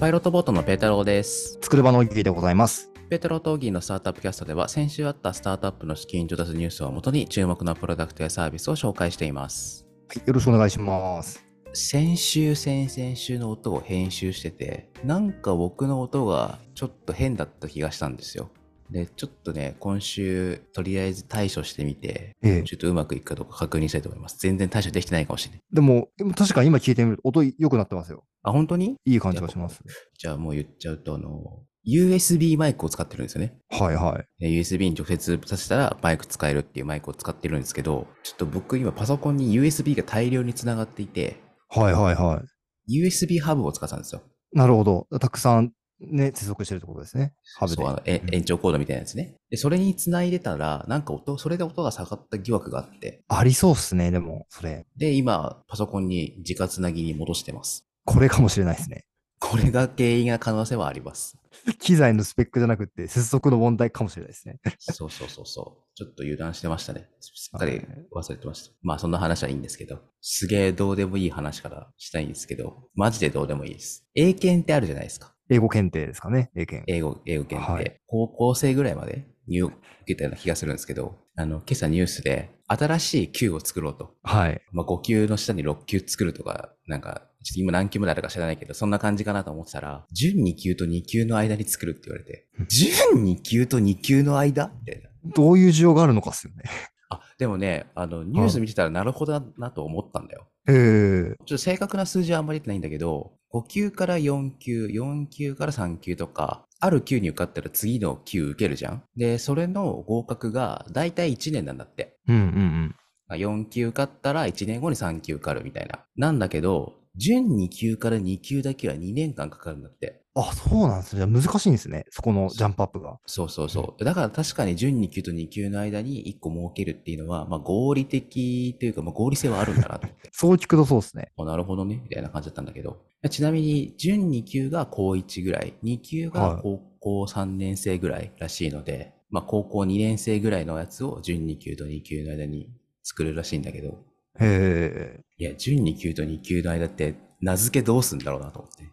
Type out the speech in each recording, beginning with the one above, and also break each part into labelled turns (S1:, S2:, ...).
S1: パイロットボートのペータローです。
S2: 作る場のおぎでございます。
S1: ペータローとオギーのスタートアップキャストでは、先週あったスタートアップの資金調達ニュースをもとに注目のプロダクトやサービスを紹介しています。
S2: はい、よろしくお願いします。
S1: 先週、先々週の音を編集してて、なんか僕の音がちょっと変だった気がしたんですよ。で、ちょっとね、今週、とりあえず対処してみて、
S2: ええ、
S1: ちょっとうまくいくかどうか確認したいと思います。全然対処できてないかもしれない。
S2: でも、でも確かに今聞いてみると音良くなってますよ。
S1: あ、本当に
S2: いい感じがします。
S1: じゃあもう言っちゃうと、あの、USB マイクを使ってるんですよね。
S2: はいは
S1: で USB に直接させたらマイク使えるっていうマイクを使ってるんですけど、ちょっと僕今パソコンに USB が大量につながっていて、
S2: い。はいはいは
S1: USB ハブを使ってたんですよ。
S2: い。なるほど。たくさんね、接続してるってことですね。ハブで。
S1: そうあのえ
S2: うん
S1: 延長コードみたいなやつね。で、それにつないでたら、なんか音、それで音が下がった疑惑があって、
S2: ありそうっすね、でも、それ。
S1: で、今、パソコンに直つなぎに戻してます。
S2: これかもしれないですね。
S1: これが原因な可能性はあります。
S2: 機材のスペックじゃなくて、接続の問題かもしれないですね。
S1: そうそうそうそう。ちょっと油断してましたね。すっかり忘れてました。まあそんな話はいいんですけど、すげえどうでもいい話からしたいんですけど、マジでどうでもいいです。英検ってあるじゃないですか。
S2: 英語検定ですかね、英検。
S1: 英語、英語検定。
S2: はい
S1: 高校生ぐらいまで入受けたような気がするんですけど、あの、今朝ニュースで新しい級を作ろうと。
S2: はい。
S1: まあ5級の下に6級作るとか、なんか、ちょっと今何級まであるか知らないけど、そんな感じかなと思ってたら、準2級と2級の間に作るって言われて、準2級と2級の間みたいな。
S2: どういう需要があるのかっすよね。
S1: あ、でもね、あの、ニュース見てたらなるほどなと思ったんだよ。
S2: ええ
S1: ちょっと正確な数字はあんまり出てないんだけど、5級から4級、4級から3級とか、ある級に受かったら次の級受けるじゃんで、それの合格が大体1年なんだって。
S2: うんうんうん。
S1: まあ4級受かったら1年後に3級受かるみたいな。なんだけど、準2級から2級だけは2年間かかるんだって。
S2: あ、そうなんですね。じゃあ難しいんですね。そこのジャンプアップが。
S1: そうそうそう。だから確かに準2級と2級の間に1個設けるっていうのは、まあ合理的というか、まあ合理性はあるんだなと思って。
S2: そう聞くとそうですね。
S1: あなるほどね、みたいな感じだったんだけど。ちなみに、準2級が高1ぐらい、2級が
S2: はい
S1: 高校3年生ぐらいらしいので、まあ高校2年生ぐらいのやつを準2級と2級の間に作るらしいんだけど、
S2: ええ
S1: いや、準2級と2級の間って、名付けどうすんだろうなと 思って。。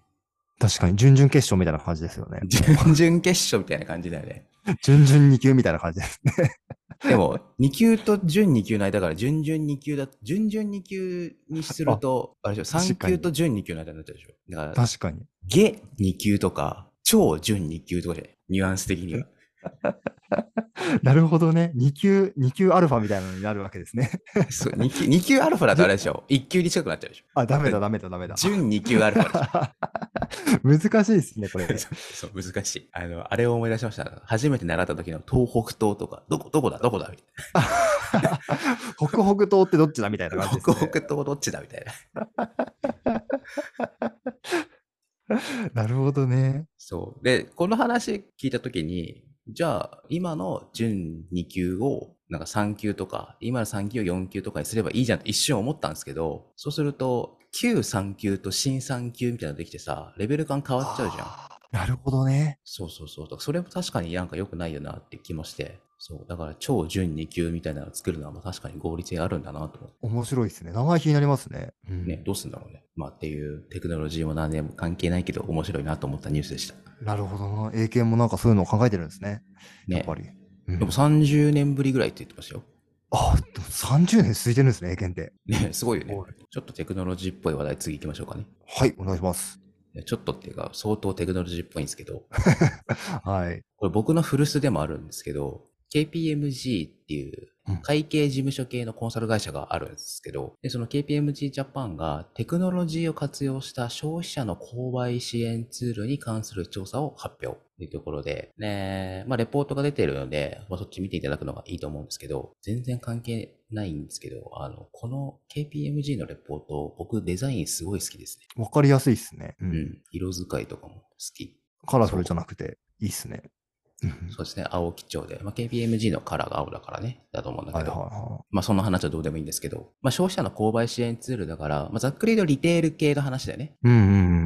S2: 確かに、準々決勝みたいな感じですよね
S1: 準々決勝みたいな感じだよね。
S2: 準々2級みたいな感じですね。
S1: でも、2級 と準2級の間だから、準々2級だ、準々2級にすると、あれでしょ、
S2: 確
S1: 3
S2: かに
S1: 級と準2級の間になっちゃうでしょ。だから、
S2: 確かに。
S1: 下2級とか、超準2級とかじゃないニュアンス的には。
S2: なるほどね。2級、2級アルファみたいなのになるわけですね。
S1: そう2級、2級アルファだとあれでしょ ?1 級に近くなっちゃうでしょ
S2: あ、ダメだ、ダメだ、ダメだ。
S1: 準2級アルファでしょ
S2: 難しいですね、これ。
S1: そう、難しい。あの、あれを思い出しました。初めて習った時の東北東とか、どこ、どこだ、どこだみたい
S2: 北北東ってどっちだみたいな
S1: な。
S2: 感じです、
S1: 北
S2: ね。
S1: 北東どっちだみたいな。
S2: なるほどね。
S1: そう。で、この話聞いた時に、じゃあ、今の準2級を、なんか3級とか、今の3級を4級とかにすればいいじゃんって一瞬思ったんですけど、そうすると、旧3級と新3級みたいなのできてさ、レベル感変わっちゃうじゃん。
S2: あーなるほどね。
S1: そうそうそう。だからそれも確かになんか良くないよなって気もして。そう。だから超準2級みたいなのを作るのはまあ確かに合理性あるんだなと思っ
S2: 面白いですね。名前気になりますね。うん
S1: て。ね、どうすんだろうね。まあっていうテクノロジーも何年も関係ないけど面白いなと思ったニュースでした。
S2: なるほどな。英検もなんかそういうのを考えてるんですね。やっ
S1: ね
S2: ぱ。り。うん
S1: でも30年ぶりぐらいって言ってましたよ。
S2: あ、でも30年続いてるんですね、英検って。
S1: ね、 すごいよね
S2: はい。
S1: ちょっとテクノロジーっぽい話題次行きましょうかね。
S2: はい、お願いします。
S1: いやちょっとっていうか相当テクノロジーっぽいんですけど、
S2: はい。
S1: これ僕の古巣でもあるんですけど、KPMG っていう
S2: うん
S1: 会計事務所系のコンサル会社があるんですけど、でその KPMG ジャパンがテクノロジーを活用した消費者の購買支援ツールに関する調査を発表というところで、ねまあ、レポートが出ているので、まあ、そっち見ていただくのがいいと思うんですけど、全然関係ないんですけど、あの、この KPMG のレポート、僕デザインすごい好きですね。
S2: わかりやすいですね。う。
S1: うんん。色使いとかも好き。
S2: カラフルじゃなくて、いいっすね。うん
S1: そうですね、青基調で。まあ、KPMG のカラーが青だからね、だと思うんだ
S2: は
S1: け
S2: いはい
S1: ど。
S2: は
S1: まあ、その話はどうでもいいんですけど、まあ、消費者の購買支援ツールだから、まあ、ざっくり言うとリテール系の話だよね。
S2: い。うんうん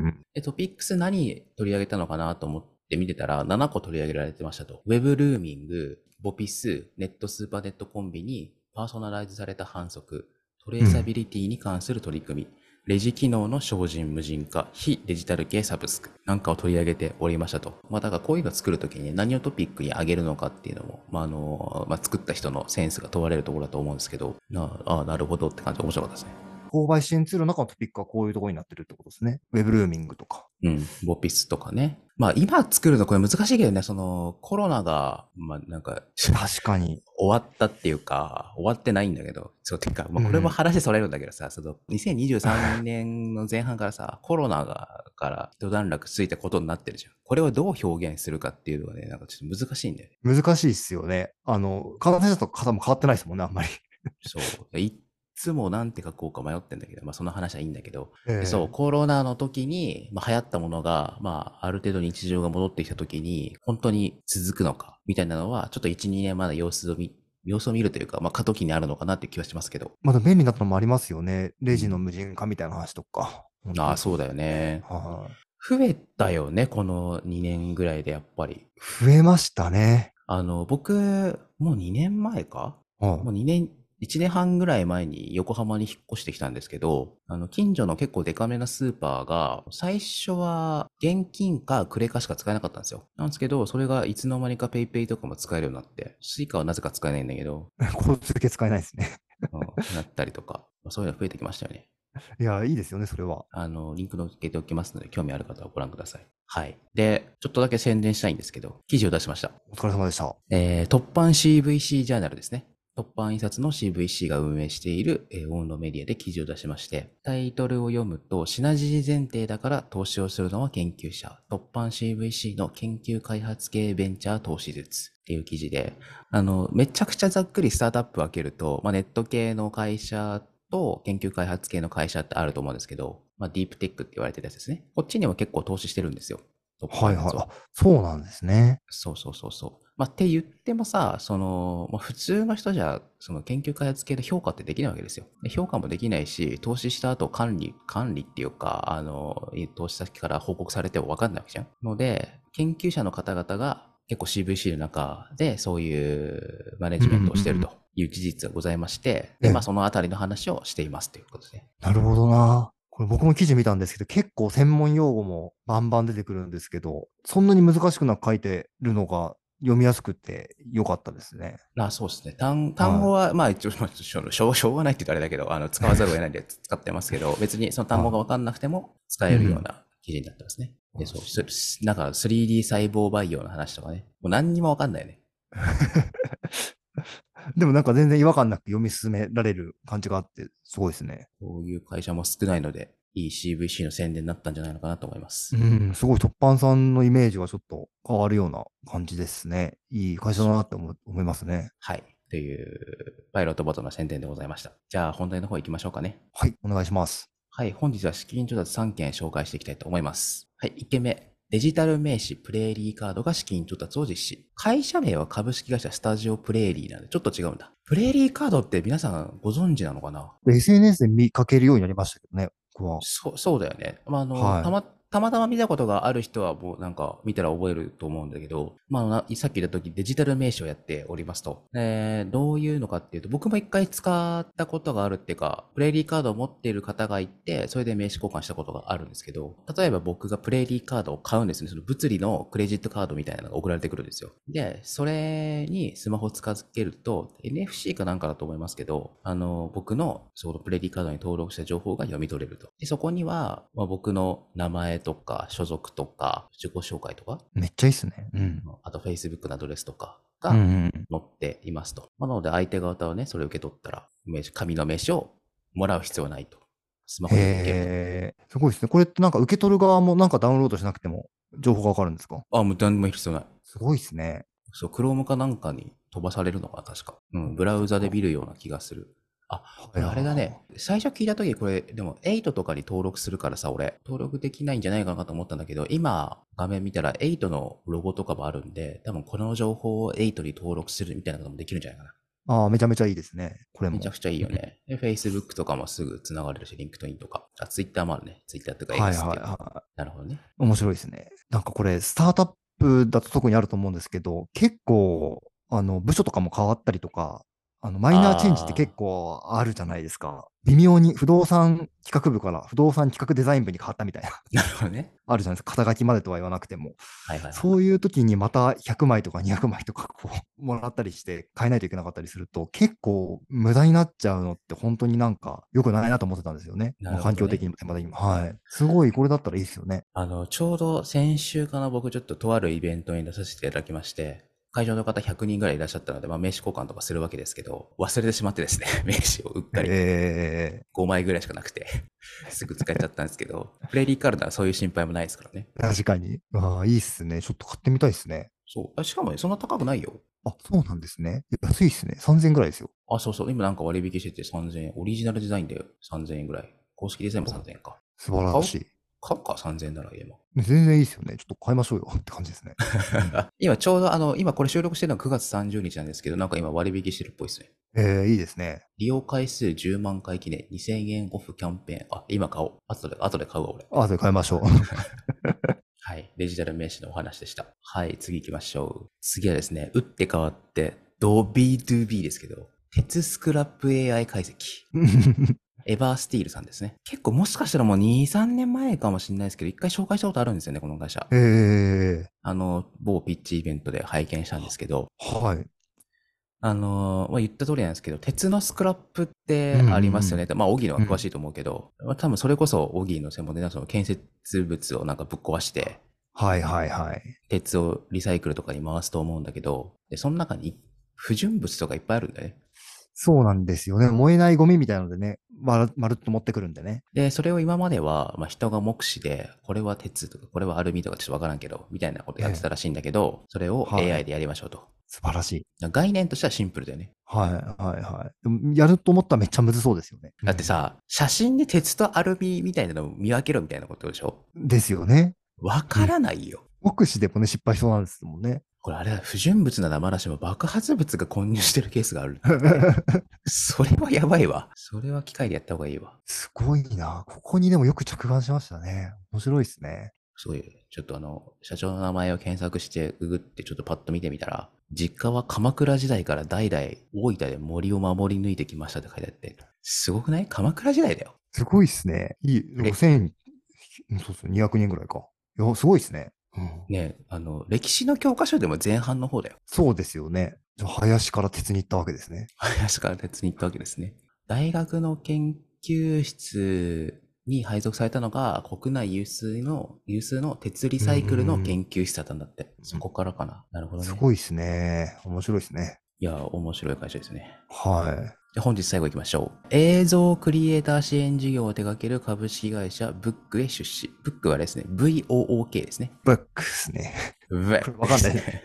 S2: うん。
S1: で、トピックス何取り上げたのかなと思って見てたら、7個取り上げられてましたと。ウェブルーミング、ボピス、ネットスーパーネットコンビニ、パーソナライズされた反則、トレーサビリティに関する取り組み、レジ機能の精進無人化、非デジタル系サブスクなんかを取り上げておりましたと。まあ、だからこういうのを作るときに何をトピックに上げるのかっていうのも、まあ、あの、まあ、作った人のセンスが問われるところだと思うんですけど、なああ、なるほどって感じで面白かったですね。
S2: 購買支援ツールの中のトピックはこういうところになってるってことですね。ウェブルーミングとか。
S1: うん、ボピスとかね。まあ今作るのこれ難しいけどね、そのコロナが、まあなんか
S2: 確かに。
S1: 終わったっていうか、終わってないんだけど、そうてか、まあこれも話それるんだけどさ、その2023年の前半からさ、コロナがから一段落ついたことになってるじゃん。これをどう表現するかっていうのがね、なんかちょっと難しいんだよね。
S2: 難しいっすよね。あの、感染者と方も変わってないですもんね、あんまり。
S1: そう。いっつもなんて書こうか迷ってんだけど、まあその話はいいんだけど、
S2: ええ
S1: そう、コロナの時に、まあ、流行ったものが、まあ、ある程度日常が戻ってきた時に、本当に続くのか、みたいなのは、ちょっと1、2年まだ様子を見、様子を見るというか、まあ、過渡期にあるのかなっていう気はしますけど。
S2: まだ便利だったのもありますよね。レジの無人化みたいな話とか。
S1: ああ、そうだよね。
S2: は
S1: 増えたよね、この2年ぐらいで、やっぱり。
S2: い。増えましたね。
S1: あの、僕、もう2年前か
S2: はい
S1: もう2年、1年半ぐらい前に横浜に引っ越してきたんですけど、あの、近所の結構デカめなスーパーが、最初は現金かクレカしか使えなかったんですよ。なんですけど、それがいつの間にかペイペイとかも使えるようになって、スイカはなぜか使えないんだけど、
S2: 交通系使えないですね。
S1: うん、なったりとか、 まあそういうの増えてきましたよね。
S2: いや、いいですよね、それは。
S1: あの、リンク載っけておきますので、興味ある方はご覧ください。はい。で、ちょっとだけ宣伝したいんですけど、記事を出しました。
S2: お疲れ様でした。
S1: えー、突版 CVC ジャーナルですね。突版印刷の CVC が運営している、えー、オンロメディアで記事を出しまして、タイトルを読むと、シナジー前提だから投資をするのは研究者、突版 CVC の研究開発系ベンチャー投資術っていう記事で、あの、めちゃくちゃざっくりスタートアップ分けると、まあ、ネット系の会社と研究開発系の会社ってあると思うんですけど、まあ、ディープテックって言われてるやつですね。こっちにも結構投資してるんですよ。
S2: はいはい。
S1: 突版印刷
S2: あ、そうなんですね。
S1: そうそうそうそう。まあ、って言ってもさ、その、まあ、普通の人じゃ、その研究開発系の評価ってできないわけですよ。で評価もできないし、投資した後管理、管理っていうか、あの、投資先から報告されても分かんないわけじゃん。ので、研究者の方々が結構 CVC の中でそういうマネジメントをしてるという事実がございまして、
S2: ええ
S1: で、まあ、そのあたりの話をしていますということですね。
S2: なるほどな。これ僕も記事見たんですけど、結構専門用語もバンバン出てくるんですけど、そんなに難しくなく書いてるのが読みやすくて良かったですね。
S1: あそうですね。単単語は、まあ一応、まあしょうしょうしょうがないって言うとあれだけど、あの使わざるを得ないんで使ってますけ ど、別にその単語が分かんなくても使えるような記事になってますね。
S2: うん
S1: で、そうす、なんか 3D 細胞培養の話とかね。もう何にも分かんないよね。
S2: でもなんか全然違和感なく読み進められる感じがあって、すごいですね。
S1: こういう会社も少ないので、いい CVC の宣伝になったんじゃないのかなと思います。
S2: うん、すごい、突版さんのイメージがちょっと変わるような感じですね。いい会社だなって思思いますね。
S1: はい。という、パイロットボトの宣伝でございました。じゃあ本題の方行きましょうかね。
S2: はい、お願いします。
S1: はい、本日は資金調達3件紹介していきたいと思います。はい、1件目。デジタル名刺プレーリーカードが資金調達を実施。会社名は株式会社スタジオプレーリーなんでちょっと違うんだ。プレーリーカードって皆さんご存知なのかな
S2: SNS で見かけるようになりましたけどね、僕は。
S1: そう、そうだよね。まあ、あの、
S2: はい
S1: たま、たまたま見たことがある人はもうなんか見たら覚えると思うんだけど、まあな、さっき言った時デジタル名刺をやっておりますと。えーどういうのかっていうと、僕も一回使ったことがあるっていうか、プレーリーカードを持っている方がいて、それで名刺交換したことがあるんですけど、例えば僕がプレーリーカードを買うんですね。その物理のクレジットカードみたいなのが送られてくるんですよ。で、それにスマホを近づけると、NFC かなんかだと思いますけど、あの、僕のそのプレディカードに登録した情報が読み取れると。で、そこには、まあ、僕の名前とか、所属とか、自己紹介とか、
S2: めっちゃいいっすね。うん。
S1: あと Facebook のアドレスとか
S2: うん
S1: が
S2: うんうん、
S1: 載っていますと。まあなので、相手方はね、それを受け取ったら、名刺紙の名刺をもらう必要はないと。スマホで受けると。
S2: へーすごいですね。これってなんか受け取る側もなんかダウンロードしなくても情報がわかるんですか
S1: あ、もう何も必要ない。
S2: すごいですね。
S1: そう、Chrome かなんかに飛ばされるのかな、確か。うん、ブラウザで見るような気がする。これあれだね。最初聞いた時これ、でも8とかに登録するからさ、俺、登録できないんじゃないかなと思ったんだけど、今、画面見たら8のロゴとかもあるんで、多分この情報を8に登録するみたいなこともできるんじゃないかな。
S2: ああ、めちゃめちゃいいですね。これも。
S1: めちゃくちゃいいよね。で Facebook とかもすぐ繋がれるし、LinkedIn とか。あ、Twitter もあるね。Twitter とか
S2: はいはい
S1: X っていうか
S2: は
S1: なるほどね。
S2: い。面白いですね。なんかこれ、スタートアップだと特にあると思うんですけど、結構、あの、部署とかも変わったりとか、あの、マイナーチェンジって結構あるじゃないですか。微妙に不動産企画部から不動産企画デザイン部に変わったみたいな、
S1: なるほどね。
S2: あるじゃないですか。肩書きまでとは言わなくても。
S1: はいはい。
S2: そういう時にまた100枚とか200枚とかこう、 もらったりして買えないといけなかったりすると、結構無駄になっちゃうのって本当になんか良くないなと思ってたんですよね。
S1: なるほどね
S2: 環境的にも手間的にも。はい。すごいこれだったらいいですよね。
S1: あの、ちょうど先週かな、僕ちょっととあるイベントに出させていただきまして、会場の方100人ぐらいいらっしゃったので、まあ名刺交換とかするわけですけど、忘れてしまってですね、 名刺をうっかり
S2: え
S1: 5枚ぐらいしかなくて、 すぐ使っちゃったんですけど、プレイリーカードはそういう心配もないですからね。
S2: ー、確かに。ああ、いいっすね。ちょっと買ってみたいですね。
S1: そう。あしかもねそんな高くないよ。
S2: あ、そうなんですね。安いっすね。3000円ぐらいですよ。
S1: あ、そうそう。今なんか割引してて3000円。オリジナルデザインで3000円ぐらい。公式デザインも3000円か。
S2: 素晴らしい。
S1: 買うか3000円なら言えば。
S2: ね全然いいですよね。ちょっと買いましょうよって感じで すね。
S1: 今ちょうどあの、今これ収録してるのが9月30日なんですけど、なんか今割引してるっぽいですね。
S2: えー、いいですね。
S1: 利用回数10万回記念2000円オフキャンペーン。あ、今買おう。後で、後で買うわ、俺。
S2: あ、それ買いましょう。
S1: はい。デジタル名刺のお話でした。はい。次行きましょう。次はですね、打って変わって、ドビードゥビーですけど、鉄スクラップ AI 解析。 エバースティールさんですね。結構もしかしたらもう2、3年前かもしれないですけど、一回紹介したことあるんですよね、この会社
S2: え。ー、
S1: あの、某ピッチイベントで拝見したんですけど、
S2: はい。
S1: あのーまあ、言った通りなんですけど、鉄のスクラップってありますよね。まあ、オギーのは詳しいと思うけど、まあ、多分それこそオギーの専門で、その建設物をなんかぶっ壊して、
S2: はいはいはい。
S1: 鉄をリサイクルとかに回すと思うんだけど、でその中に不純物とかいっぱいあるんだよね。
S2: そうなんですよね。燃えないゴミみたいなのでね、まるまるっと持ってくるんでね。
S1: で、それを今までは、まあ、人が目視で、これは鉄とか、これはアルミとかちょっとわからんけど、みたいなことやってたらしいんだけど、それを
S2: はい
S1: AI でやりましょうと。
S2: 素晴らしい。
S1: 概念としてはシンプルだよね。
S2: はいはいはい。でもやると思ったらめっちゃむずそうですよね。
S1: だってさ、写真で鉄とアルミみたいなのを見分けろみたいなことでしょ
S2: うん。ですよね。
S1: わからないよ。
S2: 目視でもね、失敗しそうなんですもんね。
S1: これあれだ、不純物ならまだしも爆発物が混入してるケースがあ る。それはやばいわ。それは機械でやった方がいいわ。
S2: すごいな。ここにでもよく着眼しましたね。面白いですね。
S1: すごい。ちょっとあの、社長の名前を検索してググってちょっとパッと見てみたら、実家は鎌倉時代から代々大分で森を守り抜いてきましたって書いてあって、すごくない鎌倉時代だよ。
S2: すごいですね。いい、
S1: え
S2: 5000、うんそうそう、200人ぐらいか。いや、すごいですね。うん
S1: ねえあの、歴史の教科書でも前半の方だよ。
S2: そうですよね。じゃあ林から鉄に行ったわけですね。
S1: 林から鉄に行ったわけですね。大学の研究室に配属されたのが国内有数の、有数の鉄リサイクルの研究室だったんだって。そこからかな。なるほどね。
S2: すごいですね。面白いですね。
S1: いや、面白い会社ですね。
S2: は
S1: で本日最後行きましょう。映像クリエイター支援事業を手掛ける株式会社ブックへ出資。ブックはあれですね、VOOK ですね
S2: い。。ブックですね。
S1: わ
S2: これわかんない
S1: ね。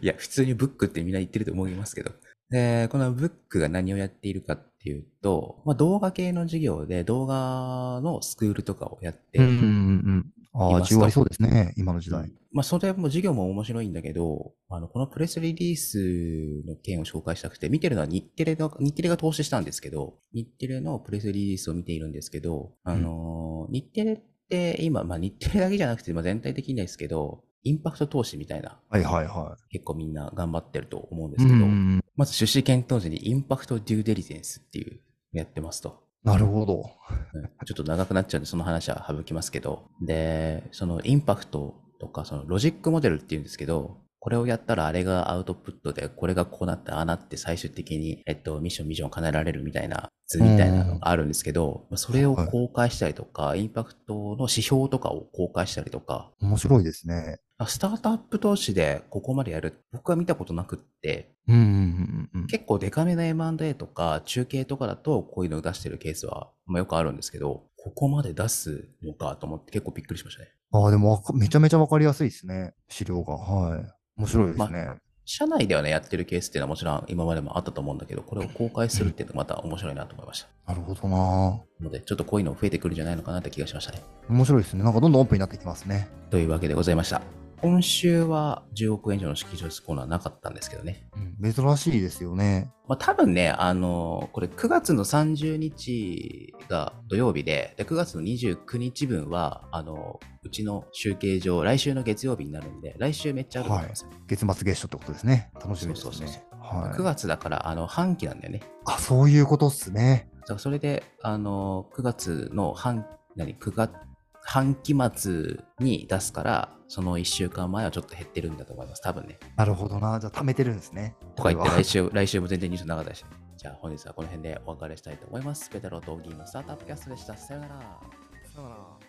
S1: いや、普通にブックってみんな言ってると思いますけど。で、このブックが何をやっているかっていうと、まあ、動画系の授業で動画のスクールとかをやって、
S2: うんうんうんうん。あ
S1: い
S2: あ、
S1: ます
S2: 10
S1: か
S2: 割そうですね。今の時代。
S1: まあ、それも授業も面白いんだけど、あの、このプレスリリースの件を紹介したくて、見てるのは日テレの、日テレが投資したんですけど、日テレのプレスリリースを見ているんですけど、あのー日テレって今、まあ、日テレだけじゃなくて、まあ、全体的にですけど、インパクト投資みたいな
S2: はいはいは
S1: 結構みんな頑張ってると思うんで
S2: い。
S1: すけど、
S2: うんうんうん
S1: まず出資検討時にインパクトデューデリジェンスっていうのやってますと。
S2: なるほど。
S1: うんちょっと長くなっちゃうんで、その話は省きますけど。で、そのインパクトとか、そのロジックモデルっていうんですけど、これをやったらあれがアウトプットで、これがこうなって、ああなって最終的に、えっと、ミッション、ミッションを叶えられるみたいな図みたいなのがあるんですけど、まあそれを公開したりとか、インパクトの指標とかを公開したりとか、
S2: 面白いですね。
S1: あスタートアップ投資でここまでやる、僕は見たことなくって、
S2: うんうんうんうん。
S1: 結構デカめな M&A とか中継とかだとこういうのを出してるケースは、まあ、よくあるんですけど、ここまで出すのかと思って結構びっくりしましたね。
S2: ああ、でもわかめちゃめちゃわかりやすいですね。資料が。はい。面白いですね。
S1: 社内ではね、やってるケースっていうのはもちろん今までもあったと思うんだけど、これを公開するっていうのがまた面白いなと思いました。
S2: なるほどな。
S1: ので、ちょっとこういうの増えてくるんじゃないのかなって気がしましたね。
S2: 面白いですね。なんかどんどんオープンになってきますね。
S1: というわけでございました。今週は10億円以上の資金調達コーナーなかったんですけどね。
S2: うん、珍しいですよね。
S1: まあ、多分ね、あのこれ9月の30日が土曜日で、で9月の29日分は、あのうちの集計上、来週の月曜日になるんで、来週めっちゃあると思いますよ。
S2: 月末月初ってことですね。楽しみです
S1: そ
S2: ね。
S1: うそうそう
S2: はい
S1: 9月だから、あの、半期なんだよね。
S2: あ、そういうことっすね。
S1: だからそれで、あの、9月の半、何、9月、半期末に出すから、その1週間前はちょっと減ってるんだと思います。多分ね。
S2: なるほどな。じゃあ、貯めてるんですね。
S1: とか言って
S2: これは
S1: 来週、来週も全然ニュースなかったりして。じゃあ本日はこの辺でお別れしたいと思います。ペタローとギーのスタートアップキャストでした。さよなら。
S2: さよなら